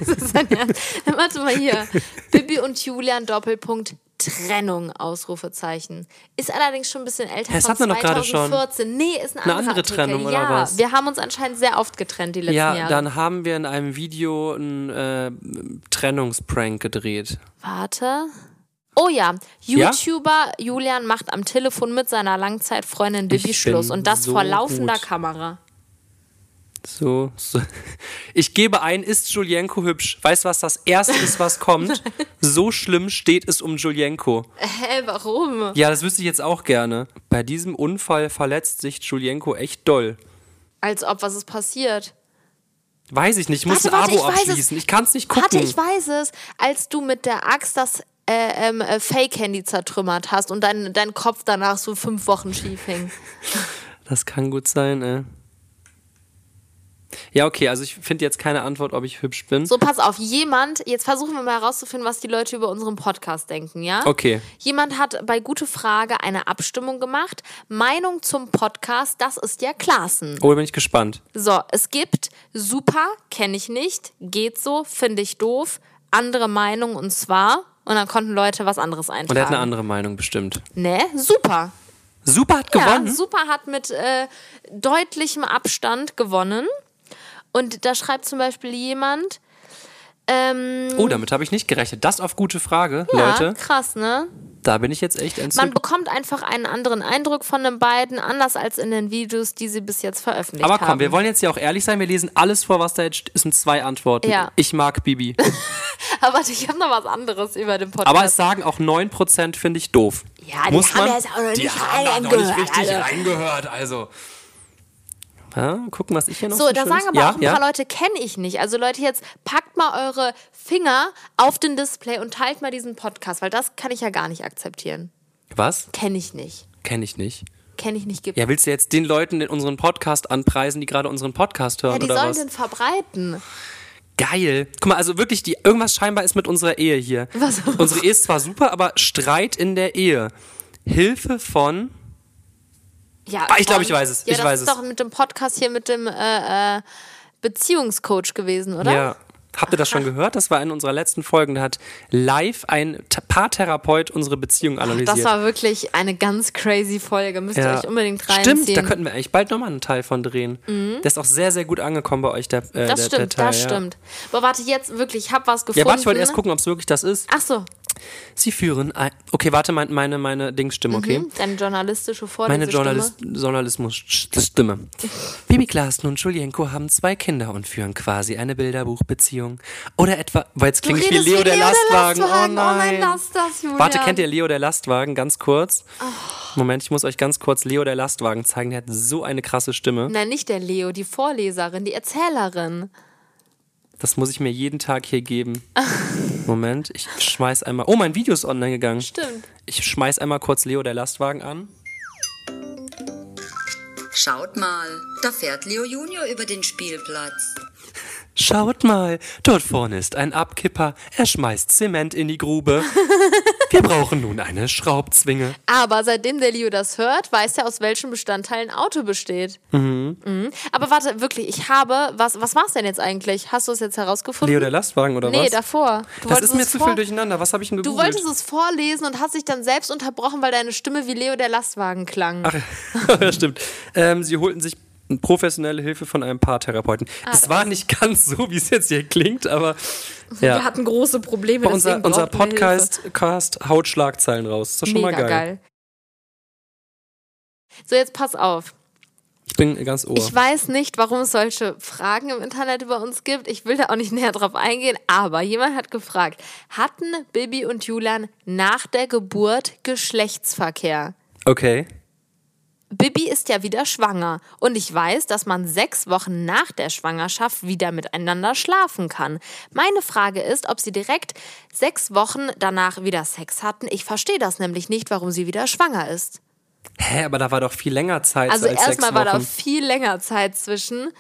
Warte mal hier. Bibi und Julian Doppelpunkt Trennung, Ausrufezeichen. Ist allerdings schon ein bisschen älter. Das von hatten wir doch gerade schon. 2014. Nee, ist ein Eine anderer andere Artikel. Trennung, oder ja, was? wir haben uns anscheinend sehr oft getrennt die letzten ja, Jahre. dann haben wir in einem Video einen äh, Trennungsprank gedreht. Warte. Oh ja, Ja? YouTuber Julian macht am Telefon mit seiner Langzeitfreundin Bibi Ich Schluss bin und das so vor laufender gut. Kamera. So, so. Ich gebe ein, ist Julienko hübsch? Weißt du, was das erste ist, was kommt? So schlimm steht es um Julienko. Hä, warum? Ja, das wüsste ich jetzt auch gerne. Bei diesem Unfall verletzt sich Julienko echt doll. Als ob, was ist passiert? Weiß ich nicht, ich muss Warte, ein warte, Abo ich weiß es. abschließen. Ich kann es nicht gucken. Warte, ich weiß es. Als du mit der Axt das äh, ähm, äh, Fake-Handy zertrümmert hast und dein, dein Kopf danach so fünf Wochen schief hing. Das kann gut sein, ey. Ja, okay, also ich finde jetzt keine Antwort, ob ich hübsch bin. So, pass auf, jemand, jetzt versuchen wir mal herauszufinden, was die Leute über unseren Podcast denken, ja? Okay. Jemand hat bei Gute Frage eine Abstimmung gemacht. Meinung zum Podcast, das ist ja Klaassen. Oh, bin ich gespannt. So, es gibt super, kenne ich nicht, geht so, finde ich doof, andere Meinung und zwar. Und dann konnten Leute was anderes eintragen. Und er hat eine andere Meinung bestimmt. Ne? Super. Super hat Ja, gewonnen. Super hat mit äh, deutlichem Abstand gewonnen. Und da schreibt zum Beispiel jemand, ähm, Oh, damit habe ich nicht gerechnet. Das auf gute Frage, ja, Leute. krass, ne? Da bin ich jetzt echt Man entzückt. bekommt einfach einen anderen Eindruck von den beiden, anders als in den Videos, die sie bis jetzt veröffentlicht Aber komm, haben. wir wollen jetzt ja auch ehrlich sein. Wir lesen alles vor, was da jetzt steht. Es sind zwei Antworten. Ja. Ich mag Bibi. Aber warte, ich habe noch was anderes über den Podcast. Aber es sagen auch 9% finde ich doof. Ja, die Muss haben man? ja jetzt auch noch nicht haben da noch reingehört, nicht richtig alle. reingehört, also. Ja, gucken, was ich hier noch So, da Schönes- sagen aber ja, auch ein ja? paar Leute, kenne ich nicht. Also Leute, jetzt packt mal eure Finger auf den Display und teilt mal diesen Podcast, weil das kann ich ja gar nicht akzeptieren. Was? Kenne ich nicht. Kenne ich nicht. Kenne ich nicht. Gibt Ja, willst du jetzt den Leuten in unseren Podcast anpreisen, die gerade unseren Podcast hören Ja, die oder sollen was? den verbreiten. Geil. Guck mal, also wirklich, die, irgendwas scheinbar ist mit unserer Ehe hier. Was? Unsere Ehe ist zwar super, aber Streit in der Ehe. Hilfe von. Ja, Ah, ich glaube, und- ich weiß es. Ja, Ich das weiß ist es. doch mit dem Podcast hier mit dem äh, äh, Beziehungscoach gewesen, oder? Ja. Habt ihr das schon gehört? Das war eine unserer letzten Folgen. Da hat live ein T- Paartherapeut unsere Beziehung analysiert. Das war wirklich eine ganz crazy Folge. Müsst ihr Ja. euch unbedingt reinziehen. Mhm. Stimmt, da könnten wir eigentlich bald nochmal einen Teil von drehen. Der ist auch sehr, sehr gut angekommen bei euch, der, das äh, der, der stimmt, Teil. das ja. stimmt. Aber warte, jetzt wirklich, ich habe was gefunden. ne? Ja, warte, ich wollte erst gucken, ob es wirklich das ist. Ach so, Sie führen ein. Okay, warte, mein, meine, meine Dingsstimme, okay? hm, deine journalistische Vorlesung. Meine Journalist Journalismusstimme. Bibi Glasten und Julienko haben zwei Kinder und führen quasi eine Bilderbuchbeziehung. Oder etwa, weil jetzt klinge ich wie redest Leo wie der Leo der Lastwagen. Lastwagen. Oh Oh nein, nein, lass das, Oh. Julian. Warte, kennt ihr Leo der Lastwagen? Ganz kurz. Moment, ich muss euch ganz kurz Leo der Lastwagen zeigen. Der hat so eine krasse Stimme. Nein, nicht der Leo, die Vorleserin, die Erzählerin. Das muss ich mir jeden Tag hier geben. Moment, ich schmeiß einmal. Oh, mein Video ist online gegangen. Stimmt. Ich schmeiß einmal kurz Leo der Lastwagen an. Schaut mal, da fährt Leo Junior über den Spielplatz. Schaut mal, dort vorne ist ein Abkipper. Er schmeißt Zement in die Grube. Wir brauchen nun eine Schraubzwinge. Aber seitdem der Leo das hört, weiß er, aus welchen Bestandteilen Auto besteht. Mhm. Aber warte, wirklich, ich habe, was, was war es denn jetzt eigentlich? Hast du es jetzt herausgefunden? Leo der Lastwagen oder nee, was? davor. Du das wolltest ist mir es zu vor- viel durcheinander. Was habe ich denn Du gegoogelt? wolltest es vorlesen und hast dich dann selbst unterbrochen, weil deine Stimme wie Leo der Lastwagen klang. Ach, ja, stimmt. Ähm, sie holten sich professionelle Hilfe von einem Paartherapeuten. Ah, das war nicht ganz so, wie es jetzt hier klingt, aber ja. Wir hatten große Probleme. Aber unser, deswegen unser brauchten wir Podcast Cast haut Schlagzeilen raus. Ist doch Hilfe. schon Mega mal geil. geil. So, jetzt pass auf. Ich bin ganz ohr. Ich weiß nicht, warum es solche Fragen im Internet über uns gibt. Ich will da auch nicht näher drauf eingehen, aber jemand hat gefragt, hatten Bibi und Julian nach der Geburt Geschlechtsverkehr? okay. Bibi ist ja wieder schwanger und ich weiß, dass man sechs Wochen nach der Schwangerschaft wieder miteinander schlafen kann. Meine Frage ist, ob sie direkt sechs Wochen danach wieder Sex hatten. Ich verstehe das nämlich nicht, warum sie wieder schwanger ist. Hä, aber da war doch viel länger Zeit Also als sechs erstmal war da Wochen. viel länger Zeit zwischen.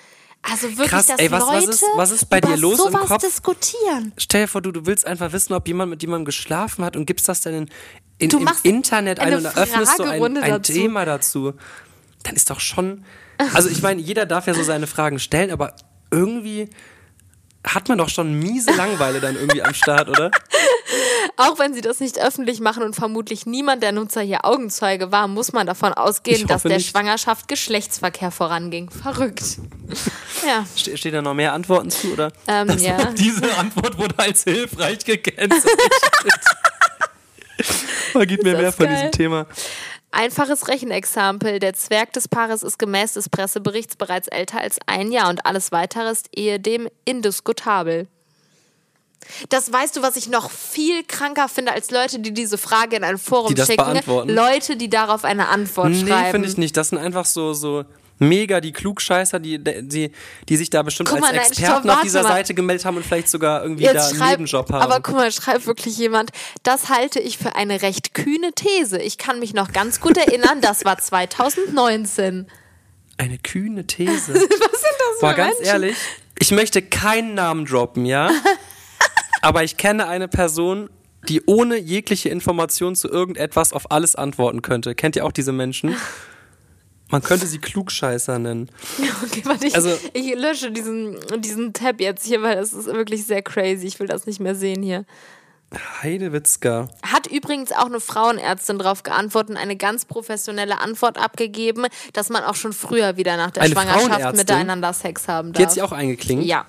Also wirklich, Krass, dass ey, was- Leute was ist- was ist bei über dir los im sowas Kopf? diskutieren. Stell dir vor, du, du willst einfach wissen, ob jemand mit jemandem geschlafen hat und gibst das dann in, in, Du im machst Internet ein eine und eröffnest so ein, Fragerunde ein dazu. Thema dazu. Dann ist doch schon. Also, ich meine, jeder darf ja so seine Fragen stellen, aber irgendwie hat man doch schon miese Langeweile dann irgendwie am Start, oder? Auch wenn sie das nicht öffentlich machen und vermutlich niemand der Nutzer hier Augenzeuge war, muss man davon Ich ausgehen, dass hoffe der nicht. Schwangerschaft Geschlechtsverkehr voranging. Verrückt. ja. Ste steht da noch mehr Antworten zu, oder? Ähm, ja. Diese Antwort wurde als hilfreich gekennzeichnet. Man gibt mir Das mehr ist von geil. diesem Thema. Einfaches Rechenexempel. Der Zwerg des Paares ist gemäß des Presseberichts bereits älter als ein Jahr und alles weitere ist ehedem indiskutabel. Das weißt du, was ich noch viel kranker finde als Leute, die diese Frage in ein Forum Die das schicken. beantworten. Leute, die darauf eine Antwort Nee, schreiben. finde ich nicht. Das sind einfach so, so mega die Klugscheißer, die, die, die sich da bestimmt Guck mal, als nein, Experten stopp, auf dieser warte mal. Seite gemeldet haben und vielleicht sogar irgendwie da Jetzt einen schreib, Nebenjob haben. aber guck mal, schreibt wirklich jemand, das halte ich für eine recht kühne These. Ich kann mich noch ganz gut erinnern, das war 2019. Eine kühne These. Was sind das Boah, für ganz Menschen? ehrlich, ich möchte keinen Namen droppen, ja? aber ich kenne eine Person, die ohne jegliche Information zu irgendetwas auf alles antworten könnte. Kennt ihr auch diese Menschen? Man könnte sie Klugscheißer nennen. Okay, warte, ich, Also- ich lösche diesen, diesen Tab jetzt hier, weil das ist wirklich sehr crazy. Ich will das nicht mehr sehen hier. Heidewitzka. Hat übrigens auch eine Frauenärztin darauf geantwortet und eine ganz professionelle Antwort abgegeben, dass man auch schon früher wieder nach der Eine Schwangerschaft Frauenärztin? miteinander Sex haben darf. Die hat sich auch eingeklingt. ja.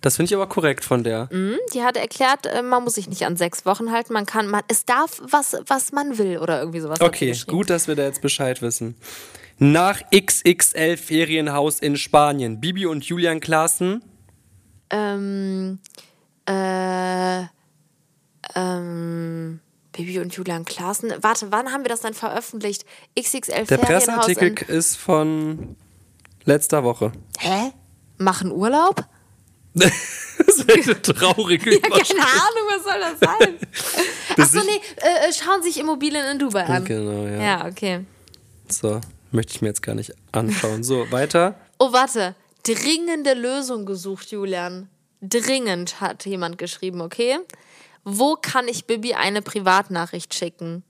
Das finde ich aber korrekt von der. Die hat erklärt, äh, man muss sich nicht an sechs Wochen halten, man kann, man, es darf was, was man will oder irgendwie sowas. hat sie Okay, geschrieben. gut, dass wir da jetzt Bescheid wissen. Nach XXL Ferienhaus in Spanien, Bibi und Julian Klaassen. Ähm, äh, ähm, Bibi und Julian Klaassen. Warte, wann haben wir das dann veröffentlicht? XXL Der Ferienhaus Presseartikel in, ist von letzter Woche. Hä? Machen Urlaub? das wäre eine traurige Ja, keine Ahnung, was soll das sein? Achso, nee, äh, äh, schauen sich Immobilien in Dubai an. Genau, ja. Ja, okay. So, möchte ich mir jetzt gar nicht anschauen. So, weiter. Oh, warte. Dringende Lösung gesucht, Julian. Dringend, hat jemand geschrieben, okay? Wo kann ich Bibi eine Privatnachricht schicken?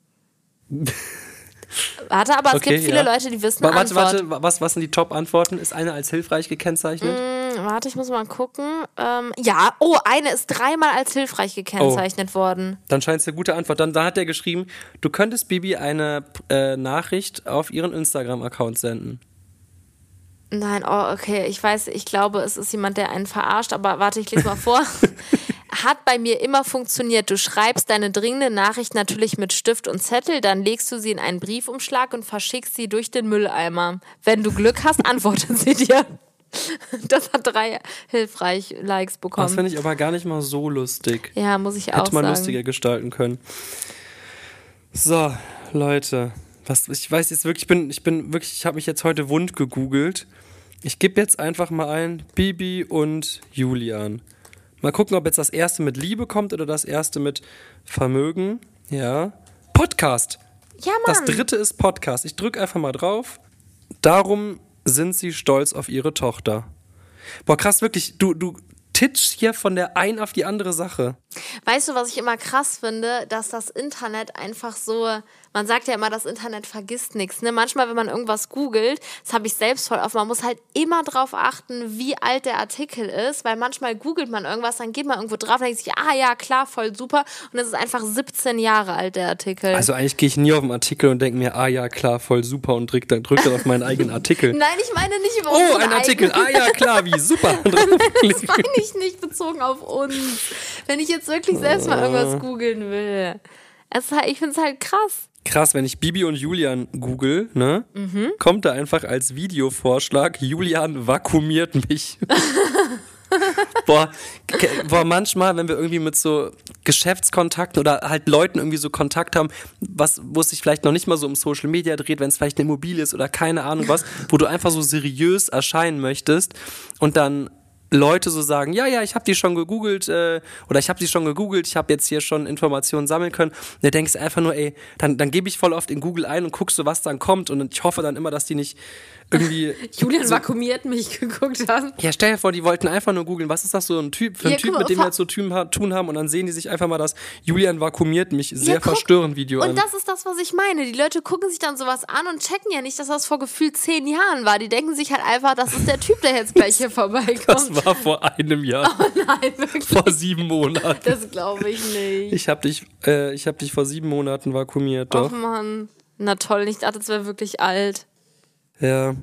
warte, aber es Okay, gibt viele ja. Leute, die wissen Wa- Warte, Antwort. warte, wa- was, was sind die Top-Antworten? Ist eine als hilfreich gekennzeichnet? Hm, warte, ich muss mal gucken. Ähm, ja, oh, eine ist dreimal als Oh. hilfreich gekennzeichnet worden. Dann scheint es eine gute Antwort. Dann, dann hat er geschrieben, du könntest Bibi eine äh, Nachricht auf ihren Instagram-Account senden. Nein, oh, okay, ich weiß, ich glaube, es ist jemand, der einen verarscht, aber warte, ich lese mal vor. Hat bei mir immer funktioniert. Du schreibst deine dringende Nachricht natürlich mit Stift und Zettel, dann legst du sie in einen Briefumschlag und verschickst sie durch den Mülleimer. Wenn du Glück hast, antwortet sie dir. Das hat drei hilfreich Likes Das bekommen. finde ich aber gar nicht mal so lustig. Ja, muss ich auch Hätte man sagen. lustiger gestalten können. So, Leute. Was, ich weiß jetzt wirklich, ich bin, ich bin wirklich, ich habe mich jetzt heute wund gegoogelt. Ich gebe jetzt einfach mal ein Bibi und Julian. Mal gucken, ob jetzt das erste mit Liebe kommt oder das erste mit Vermögen. Ja. Podcast. Ja, Das Mann. dritte ist Podcast. Ich drücke einfach mal drauf. Darum sind sie stolz auf ihre Tochter. Boah, krass, wirklich. Du, du titsch hier von der einen auf die andere Sache. Weißt du, was ich immer krass finde, dass das Internet einfach so, man sagt ja immer, das Internet vergisst nichts. Ne? Manchmal, wenn man irgendwas googelt, das habe ich selbst voll oft, man muss halt immer drauf achten, wie alt der Artikel ist, weil manchmal googelt man irgendwas, dann geht man irgendwo drauf und denkt sich, ah ja, klar, voll super. Und es ist einfach 17 Jahre alt, der Artikel. Also eigentlich gehe ich nie auf einen Artikel und denke mir, ah ja, klar, voll super und drück dann, drück dann auf meinen eigenen Artikel. Nein, ich meine nicht über oh, unseren ein Artikel, eigenen- ah ja, klar, wie super. Das meine ich nicht bezogen auf uns. Wenn ich jetzt wirklich selbst mal irgendwas googeln will. Es ist halt, ich finde es halt krass. Krass, wenn ich Bibi und Julian google, ne, kommt da einfach als Videovorschlag, Julian vakuumiert mich. boah, ke- boah, manchmal, wenn wir irgendwie mit so Geschäftskontakten oder halt Leuten irgendwie so Kontakt haben, was, wo es sich vielleicht noch nicht mal so um Social Media dreht, wenn es vielleicht eine Immobilie ist oder keine Ahnung was, wo du einfach so seriös erscheinen möchtest und dann Leute so sagen, ja, ja, ich habe die schon gegoogelt äh, oder ich habe die schon gegoogelt, ich habe jetzt hier schon Informationen sammeln können. Und du denkst einfach nur, ey, dann, dann gebe ich voll oft in Google ein und guckst so, was dann kommt und ich hoffe dann immer, dass die nicht irgendwie... Julian vakuumiert mich geguckt haben. Ja, stell dir vor, die wollten einfach nur googeln, was ist das so ein Typ, für ein Ja, Typ, guck mal, mit dem wir fa- jetzt so tun ha- tun haben und dann sehen die sich einfach mal das Julian vakuumiert mich Ja, sehr guck, verstörend Video Und an. das ist das, was ich meine. Die Leute gucken sich dann sowas an und checken ja nicht, dass das vor gefühlt zehn Jahren war. Die denken sich halt einfach, das ist der Typ, der jetzt gleich hier vorbeikommt. das war vor einem Jahr, Nein, wirklich. vor sieben Monaten. Das glaube ich nicht. Ich habe dich, äh, ich hab dich vor sieben Monaten vakuumiert, Och doch. Mann. Na toll, ich dachte, es wäre wirklich alt. Ja.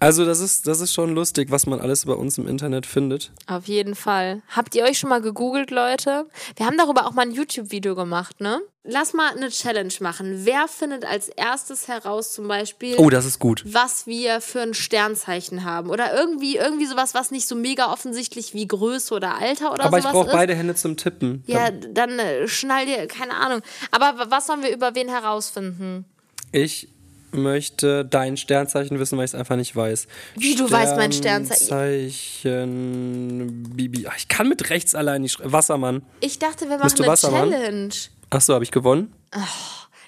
Also das ist, das ist schon lustig, was man alles bei uns im Internet findet. Auf jeden Fall. Habt ihr euch schon mal gegoogelt, Leute? Wir haben darüber auch mal ein YouTube-Video gemacht, ne? Lass mal eine Challenge machen. Wer findet als erstes heraus zum Beispiel, Oh, das ist gut. was wir für ein Sternzeichen haben? Oder irgendwie, irgendwie sowas, was nicht so mega offensichtlich wie Größe oder Alter oder Aber ich sowas brauche ist. beide Hände zum Tippen. Ja, dann äh, schnall dir, keine Ahnung. Aber w- was sollen wir über wen herausfinden? Ich möchte dein Sternzeichen wissen, weil ich es einfach nicht weiß. Wie, du weißt mein Sternzeichen? Sternzeichen Bibi. Ach, ich kann mit rechts allein nicht schreiben. Wassermann. Ich dachte, wir machen Bist du eine Wassermann? Challenge. Achso, habe ich gewonnen?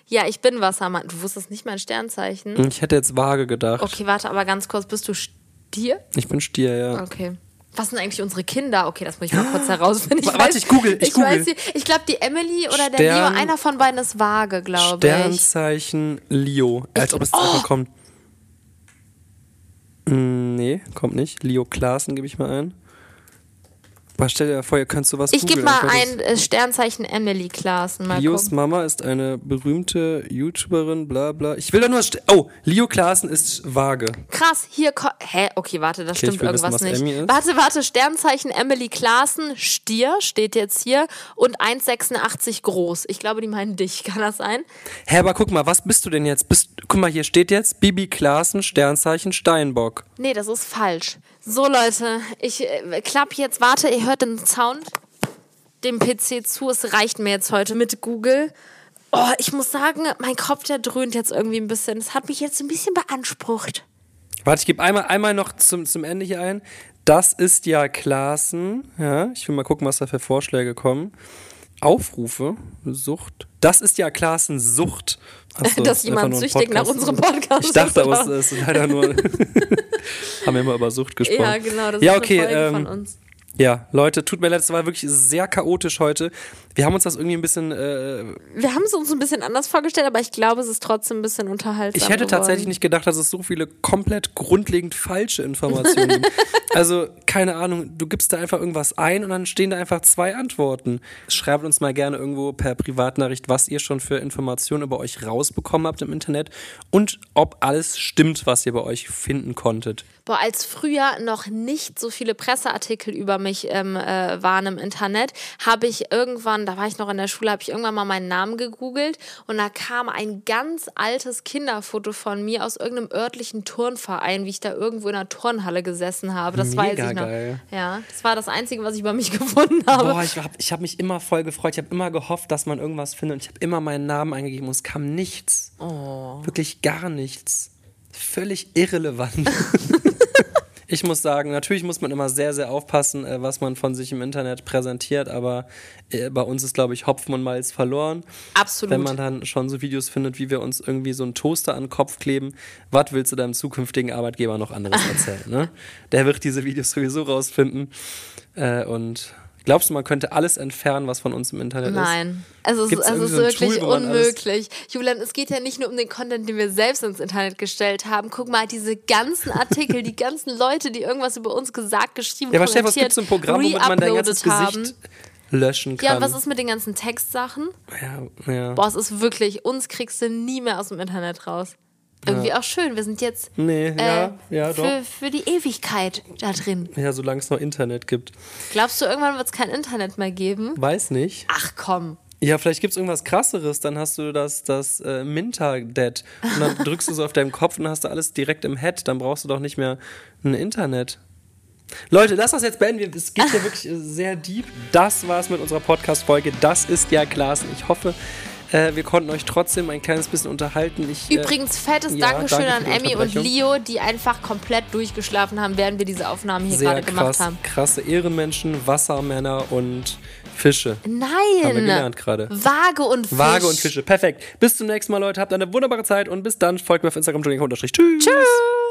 Ja, ich bin Wassermann. Du wusstest nicht mein Sternzeichen. Ich hätte jetzt Waage gedacht. Mhm. Okay, warte, aber ganz kurz, bist du Stier? Ich bin Stier, ja. Okay. Was sind eigentlich unsere Kinder? Okay, das muss ich mal kurz herausfinden. Ich Warte, ich google, ich google. weiß nicht. ich glaube, die Emily oder der Stern- Leo, einer von beiden ist vage, glaube ich. Sternzeichen Leo. Als ob es einfach Oh! kommt. Mm, Nee, kommt nicht. Leo Klaassen gebe ich mal ein. Aber stell dir vor, ihr könnt sowas Ich gebe googeln. mal glaub, das- ein äh, Sternzeichen Emily Klaassen. Mal Leos gucken. Mama ist eine berühmte YouTuberin, bla bla. Ich will doch nur... st- Oh, Leo Klaassen ist vage. Krass, hier ko- Hä? Okay, warte, da Okay, ich stimmt will wissen, irgendwas was nicht. Emmy ist. Warte, warte, Sternzeichen Emily Klaassen, Stier steht jetzt hier und 1,86 groß. Ich glaube, die meinen dich, kann das sein? Hä, aber guck mal, was bist du denn jetzt? Bist, guck mal, hier steht jetzt Bibi Klaassen, Sternzeichen Steinbock. Nee, das ist falsch. So, Leute, ich äh, klapp jetzt, warte, ihr hört den Sound dem PC zu. Es reicht mir jetzt heute mit Google. Oh, ich muss sagen, mein Kopf, der dröhnt jetzt irgendwie ein bisschen. Das hat mich jetzt ein bisschen beansprucht. Warte, ich gebe einmal, einmal noch zum, zum Ende hier ein. Das ist ja Klassen. Ja, ich will mal gucken, was da für Vorschläge kommen. Aufrufe, Sucht. Das ist ja Klassen Sucht. Achso, Dass ist einfach jemand nur ein süchtig nach Podcast. unserem Podcast Ich dachte, ist, aber oder? es ist leider nur. haben wir immer über Sucht gesprochen. Ja, genau, das ja, ist okay, eine Folge ähm, von uns. Ja, Leute, tut mir leid, es war wirklich sehr chaotisch heute. Wir haben uns das irgendwie ein bisschen äh, Wir haben es uns ein bisschen anders vorgestellt, aber ich glaube, es ist trotzdem ein bisschen unterhaltsam. Ich hätte geworden. tatsächlich nicht gedacht, dass es so viele komplett grundlegend falsche Informationen gibt. Also, keine Ahnung, du gibst da einfach irgendwas ein und dann stehen da einfach zwei Antworten. Schreibt uns mal gerne irgendwo per Privatnachricht, was ihr schon für Informationen über euch rausbekommen habt im Internet und ob alles stimmt, was ihr bei euch finden konntet. Boah, als früher noch nicht so viele Presseartikel über mich ähm, äh, waren im Internet, habe ich irgendwann, da war ich noch in der Schule, habe ich irgendwann mal meinen Namen gegoogelt und da kam ein ganz altes Kinderfoto von mir aus irgendeinem örtlichen Turnverein, wie ich da irgendwo in einer Turnhalle gesessen habe. Das weiß Mega ich noch. geil. Ja, das war das Einzige, was ich über mich gefunden habe. Boah, ich habe ich hab mich immer voll gefreut. Ich habe immer gehofft, dass man irgendwas findet. Und ich habe immer meinen Namen eingegeben und es kam nichts. Wirklich gar nichts. Völlig irrelevant. ich muss sagen, natürlich muss man immer sehr, sehr aufpassen, äh, was man von sich im Internet präsentiert. Aber äh, bei uns ist, glaube ich, Hopfen und Malz verloren. Absolut. Wenn man dann schon so Videos findet, wie wir uns irgendwie so einen Toaster an den Kopf kleben, was willst du deinem zukünftigen Arbeitgeber noch anderes erzählen? ne? Der wird diese Videos sowieso rausfinden. Äh, und glaubst du, man könnte alles entfernen, was von uns im Internet Nein, Also es ist, Äh, Gibt's es irgendwie ist so ein Tool, wirklich wo man alles- unmöglich. Julian, es geht ja nicht nur um den Content, den wir selbst ins Internet gestellt haben. Guck mal, diese ganzen Artikel, die ganzen Leute, die irgendwas über uns gesagt, geschrieben, ist? Ja, aber stell dir vor, es kommentiert, gibt so ein Programm, womit man dein ganzes re-uploadet haben. Gesicht löschen Ja, kann. und was ist mit den ganzen Textsachen? ja, ja. Boah, es ist wirklich, uns kriegst du nie mehr aus dem Internet raus. Irgendwie auch schön, wir sind jetzt äh, Nee, ja, ja, für, für die Ewigkeit da drin. ja, solange es noch Internet gibt. Glaubst du, irgendwann wird es kein Internet mehr geben? Weiß nicht. Ach komm. Ja, vielleicht gibt's irgendwas krasseres, dann hast du das, das äh, Minta-Dead und dann drückst du so auf deinem Kopf und hast du alles direkt im Head, dann brauchst du doch nicht mehr ein Internet. Leute, lass das jetzt beenden. Wir- Es geht hier wirklich äh, sehr deep. Das war's mit unserer Podcast-Folge. Das ist ja Klassen. Ich hoffe, Äh, wir konnten euch trotzdem ein kleines bisschen unterhalten. Ich, äh, Übrigens, fettes ja, Dankeschön danke an für die Emmy und Unterbrechung. Leo, die einfach komplett durchgeschlafen haben, während wir diese Aufnahmen hier Sehr gerade krass, gemacht haben. krasse Ehrenmenschen, Wassermänner und Fische. Nein! Haben wir gelernt gerade. Waage und Fisch. Waage und Fische. Perfekt. Bis zum nächsten Mal, Leute. Habt eine wunderbare Zeit und bis dann. Folgt mir auf Instagram, Entschuldigung, Tschüss. Tschüss. Tschüss.